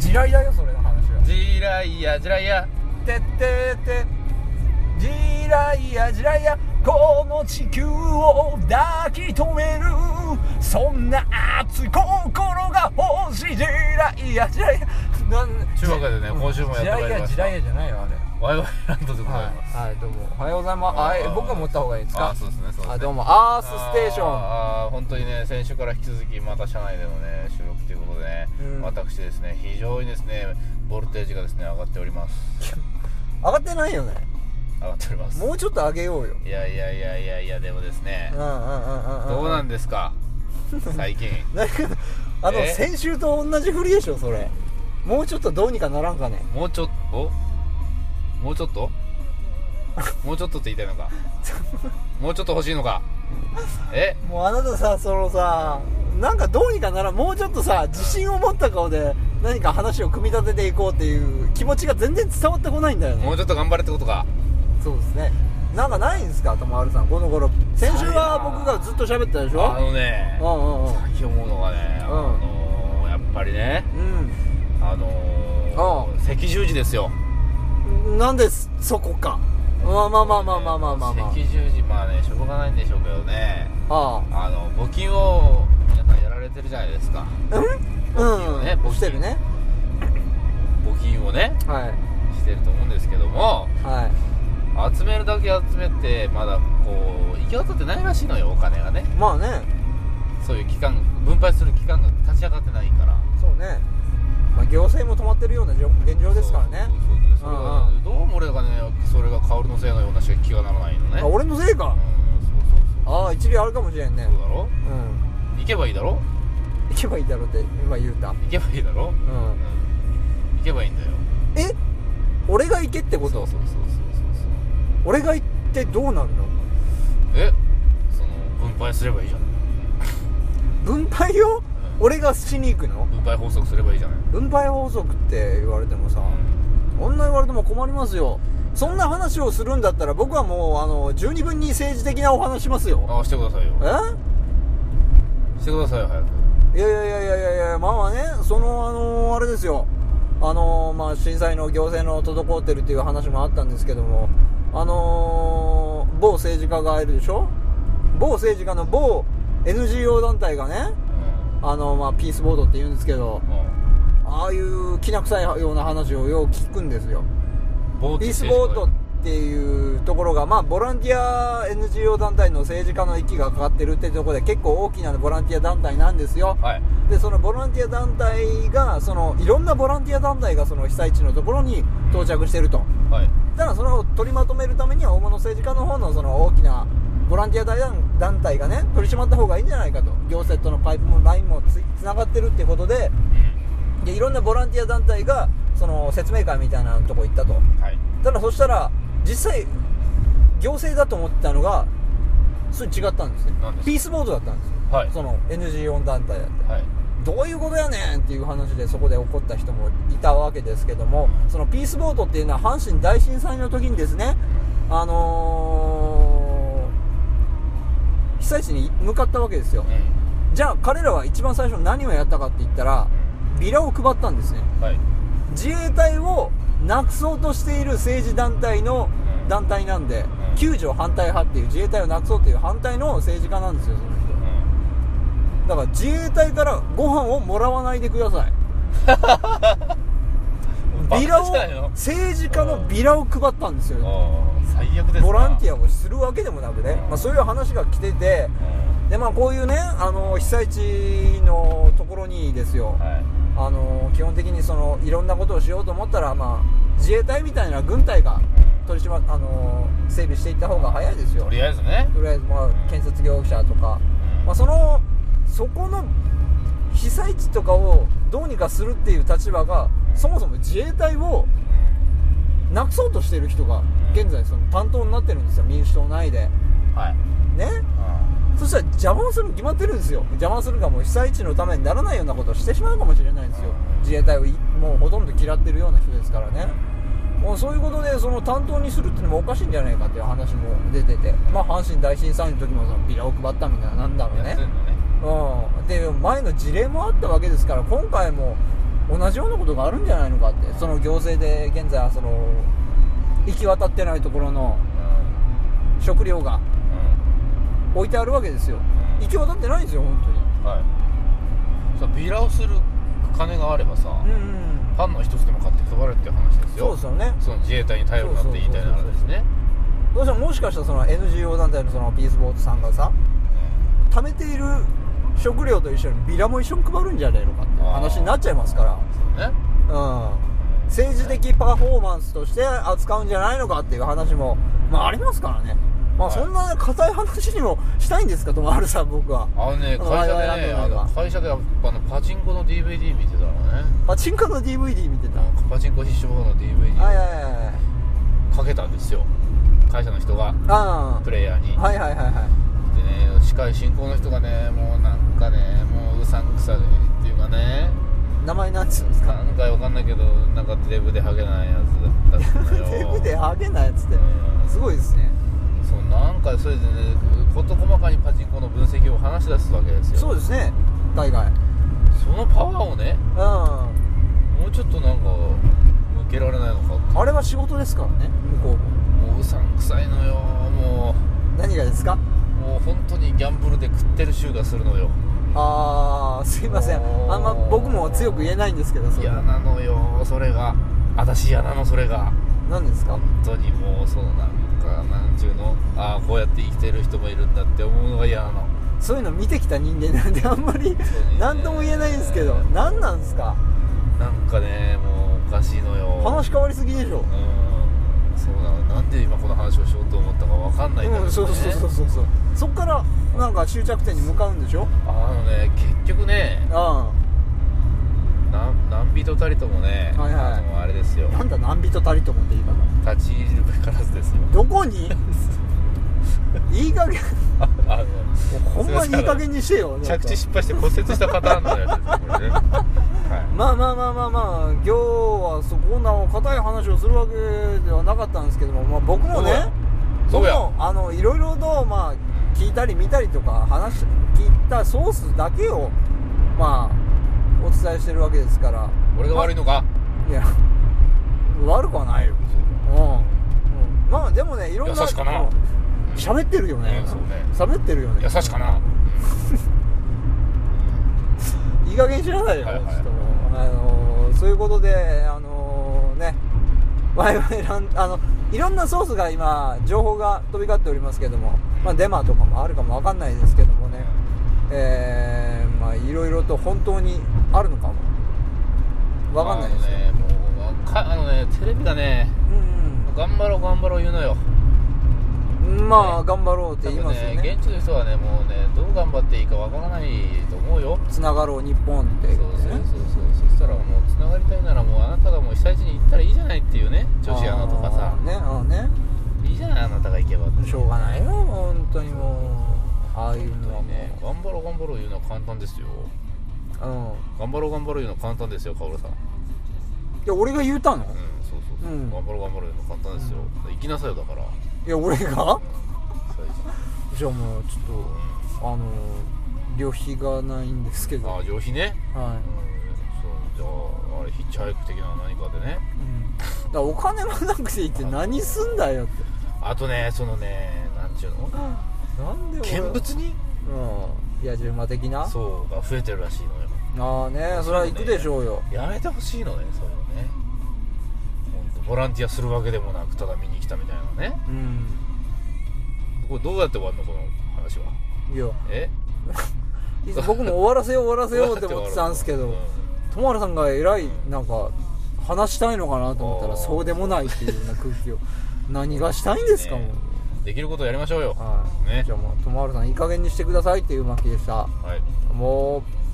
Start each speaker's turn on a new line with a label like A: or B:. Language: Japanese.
A: 雷だよそれの話は
B: ジライヤジライヤ
A: てってって地雷や地雷やこの地球を抱き留めるそんな熱い心が欲しい地雷や地雷や
B: ちゅうわけでね今週もやってまいりま
A: 地雷や地
B: した
A: 雷やじゃないよあれ
B: ワイワイランドでございます、
A: はい、はい、どうもおはようございますあえ僕が持った方がいいです
B: あ
A: か
B: そうですねそうですね
A: あどうもアースステーション
B: あーあー本当にね先週から引き続きまた社内でのね収録ということでね、
A: うん
B: 私ですね非常にですねボルテージがですね上がっております
A: 上がってないよね
B: 上がっております
A: もうちょっと上げようよ
B: いやいやいやいやいやでもですね
A: うんうんうんうん
B: どうなんんですか最近
A: だけどあの
B: え
A: 先週と同じ振りでしょそれもうちょっとどうにかならんかね
B: もうちょっとおもうちょっともうちょっとって言いたいのかもうちょっと欲しいのかえ
A: もうあなたさそのさなんかどうにかならんもうちょっとさ自信を持った顔で何か話を組み立てていこうっていう気持ちが全然伝わってこないんだよね
B: もうちょっと頑張れってことか
A: そうですねなんかないんですか玉丸さんこの頃先週は僕がずっと喋ったでし
B: あ
A: ょ
B: のね
A: うんうんうん
B: 最近思うのがね、あのーやっぱりねあのー、赤十字ですよ
A: うんなんでそこかまあまあまあまあまあまあまあまあ
B: 赤十字まあねしょうがないんでしょうけどね
A: あ
B: あの募金を皆さんやられてるじゃないですか
A: あうん
B: 募金をね募
A: う
B: 金
A: んしてるね
B: 募金をね
A: はい
B: してると思うんですけども
A: はい
B: 集めるだけ集めてまだこう行き渡ってないらしいのよお金がね
A: まあね
B: そういう期間分配する期間が立ち上がってないから
A: そうね、まあ、行政も止まってるような状現状ですからね
B: そうそうそうそれが
A: うん
B: どうも俺がねそれが薫のせいのような気がならないのね
A: あ俺のせいか
B: うんそうそうそう
A: ああ一理あるかもしれんね
B: そうだろ
A: うん
B: 行けばいいだろ
A: 行けばいいだろうって今言うた
B: 行けばいいだろ
A: う
B: うん
A: ん
B: 行けばいいんだよ
A: え俺が行けってこ
B: そう
A: と
B: そうそうそうそう
A: 俺が行ってどうなるの
B: そうえその分配すればいいじゃん
A: 分配を俺がしに行くの
B: 分配法則すればいいじゃない
A: 分配法則って言われてもさそんな言われても困りますよそんな話をするんだったら僕はもうあの十二分に政治的なお話しますよ
B: ああしてくださいよ
A: え
B: してくださいよ早く
A: いやいやいやいやいやまあまあねそのあのあれですよあのまあ震災の行政の滞ってるっていう話もあったんですけどもあの某政治家がいるでしょ某政治家の某 NGO 団体がね
B: うん
A: あのまあピースボードって言うんですけど
B: うん
A: ああいうきな臭いような話をよう聞くんですよ
B: ボ
A: ピー
B: ツ
A: ス
B: して
A: ボー
B: く
A: トっていうところが、まあ、ボランティア NGO 団体の政治家の息がかかってるってところで結構大きなボランティア団体なんですよ
B: ださいはい
A: でそのボランティア団体がそのいろんなボランティア団体がその被災地のところに到着してると
B: はい
A: ただそれを取りまとめるためには大物政治家の方のその大きなボランティア団団体がね取り締まった方がいいんじゃないかと行政とのパイプもラインもつつながってるってことででいろんなボランティア団体がその説明会みたいなとこ行ったと
B: うんはい
A: ただそしたら実際行政だと思ってたのがそれ違ったんですね
B: 何ですか
A: ピースボードだったんですよ、
B: はい
A: その NGO 団体だって
B: はい
A: どういうことやねんっていう話でそこで怒った人もいたわけですけどもそのピースボートっていうのは阪神大震災の時にですねあのー被災地に向かったわけですよ
B: う
A: じゃあ彼らは一番最初何をやったかって言ったらビラを配ったんですね
B: んはい
A: 自衛隊をなくそうとしている政治団体の
B: うん
A: 団体なんで、
B: うん
A: 救助反対派っていう自衛隊をなくそうという反対の政治家なんですよその人
B: うん
A: だから自衛隊からご飯をもらわないでくだ さいビラ
B: バカ
A: を
B: じゃないの
A: 政治家のビラを配ったんですよ
B: ああ最悪ですな
A: ボランティ
B: ア
A: アをするわけでもなくね、まあ、そういう話が来ててでまあこういうねあの被災地のところにですよ、
B: はい
A: あの基本的にそのいろんなことをしようと思ったら、まあ、自衛隊みたいな軍隊が取り締ま、あの整備していった方が早いですよ
B: とりあえずね
A: とりあえず、まあ、建設業者とか、まあ、そのそこの被災地とかをどうにかするっていう立場がそもそも自衛隊をなくそうとしてる人が現在その担当になってるんですよ民主党内で
B: はい
A: ねそしたら邪魔をするに決まってるんですよ邪魔するかもう被災地のためにならないようなことをしてしまうかもしれないんですよ自衛隊をいもうほとんど嫌ってるような人ですからねもうそういうことでその担当にするってのもおかしいんじゃないかっていう話も出ててまあ阪神大震災の時もそのビラを配ったみたいななんだろう
B: やって
A: ね
B: んのね
A: うんで前の事例もあったわけですから今回も同じようなことがあるんじゃないのかってその行政で現在その行き渡ってないところの食料が置いてあるわけですよ行き渡ってないんですよ本
B: はいさビラをする金があればさ、
A: 当にうんうん
B: パンの一つでも買って配るっていう話です
A: そう
B: よ
A: ですよね
B: その自衛隊に頼るなって言いたいならですね
A: どうしたらもしかしたらその NGO 団体のそのピースボートさんがさ貯めている食料と一緒にビラも一緒に配るんじゃないのかっていう話になっちゃいますから
B: ね
A: うん政治的パフォーマンスとして扱うんじゃないのかっていう話も、まあ、ありますからね、まあ、
B: はい
A: そんな硬い話にもしたいんですか、ともはるさん、僕は。
B: あのね
A: 我々
B: 会社
A: なん
B: で
A: て
B: ね
A: のは
B: あの会社であのパチンコの DVD 見てたのね
A: パチンコの DVD 見てた。
B: なんかパチンコ必勝法の DVD
A: はいはいはいはい。
B: かけたんですよ会社の人が
A: あ
B: プレイヤーに
A: あ、はいはいはいは
B: でね司会進行の人がねもうなんかねもううさんくさでっていうかね
A: い。名前なん つうんです
B: な
A: か。
B: んかわかんないけどなんかデブでハゲないやつだったのよ
A: テープでハゲなやつって、
B: うん
A: すごいですね。
B: そうなんかそれでね事細かにパチンコの分析を話し出すわけですよ
A: そうですね、大概。
B: そのパワーをね
A: うん。あ
B: もうちょっとなんか向けられないのか
A: れは仕事ですからね、向こうも。
B: もううさんくさいのよも
A: 何がですか
B: うもう本当にギャンブルで食ってる臭がするのよ
A: ああ、すいません。あんま僕も強く言えないんですけど、それ
B: 嫌。なのよそれが私嫌なのそれが
A: 何ですか
B: 本当にもうそのなんかなんちゅうのああこうやって生きてる人もいるんだって思うのが嫌なの
A: そういうの見てきた人間なんであんまり何とも言えないんですけど何なんですか
B: なんかねもうおかしいのよ
A: 話変わりすぎでしょ
B: う、んそうなのなんで今この話をしようと思ったかわかんないんだ
A: う
B: けど、ね
A: ん、そうそうそうそうそうそっからなんか終着点に向かうんでしょ
B: あのね結局ね
A: あ
B: なん何人たりともね、
A: はいはい
B: あのあれですよ
A: あなんだ何人たりと思っていいかな
B: 立ち入るべからずですよ
A: どこ にいい加減
B: ああの
A: ほんまにいい加減にしてよちょっ
B: 着
A: と
B: 地失敗して骨折したパターンのやつですよこれね、は
A: まあまあまあまあまあ今日はそこなお硬い話をするわけではなかったんですけども、まあ、僕もね
B: そうや
A: 僕もあのいろいろとまあ聞いたり見たりとか話し聞いたソースだけをまあお伝えしてるわけですから
B: い、俺が悪いのか
A: いや悪くはないようん、うんまあでもねいろんな
B: 優しかな
A: うん喋ってるよね
B: うんそうね
A: 喋ってるよね
B: 優しかな、
A: いい加減にしなさいよ、
B: はいはい
A: ちょっともうあのーそういうことであのーねワイワイラン あのいろんなソースが今情報が飛び交っておりますけども、まあ、デマとかもあるかもわかんないですけどもねえー、まあいろいろと本当にあるのかもわかんないですよ、
B: あのねもうかあのねテレビがね頑張ろう頑張ろう言うのよ
A: うん、うん、まあ頑張ろうって言いますよ
B: 多分
A: ね
B: 現地の人はねもうねどう頑張っていいかわからないと思うよ
A: つながろう日本って
B: そう
A: 言
B: そ
A: って
B: うそう
A: ね
B: そうそしたらもうつながりたいならもうあなたがもう被災地に行ったらいいじゃないっていうね女子アナとかさ
A: あーねあーね
B: いいじゃないあなたが行けばって
A: しょうがないよ本当にもうああいうのはも
B: 本当にね頑張ろう頑張ろう言うのは簡単ですよ
A: う、うん
B: 頑張ろう頑張ろう言うのは簡単ですよカオルさんうん
A: いや俺が言うたの、
B: そうそうそう、
A: うん
B: 頑張ろう頑張ろう言うの簡単ですよ行きなさいよだから
A: いや俺が
B: 最初
A: じゃあもうちょっとあの旅費がないんですけど
B: あ
A: は
B: あ
A: い、
B: 旅費ねうんそうじゃああれヒッチハイク的な何かでね
A: うん、だからお金もなくていいって何すんだよって
B: あとねそのねなんちゅうの
A: なんで俺
B: 見物に
A: うん野じ馬的な
B: そうが増えてるらしいのよ
A: ああねそれは行くでしょうよ
B: やめてほしいのねそういうのねほんとボランティアするわけでもなくただ見に来たみたいなね
A: うん
B: これどうやって終わるのこの話はい
A: や
B: え
A: いつ僕も終わらせよう終わらせようって
B: ど
A: 思
B: や
A: って
B: 終わ
A: た
B: るの
A: んですけど
B: うん
A: 友原さんが偉いなんか話したいのかなと思ったら
B: あー
A: そうでもないっていうような空気を何がしたいんですかも
B: ね
A: う
B: できることやりましょうよ
A: はい、
B: ね
A: じゃあもう友原さんいい加減にしてくださいっていう巻きでした
B: はい
A: もう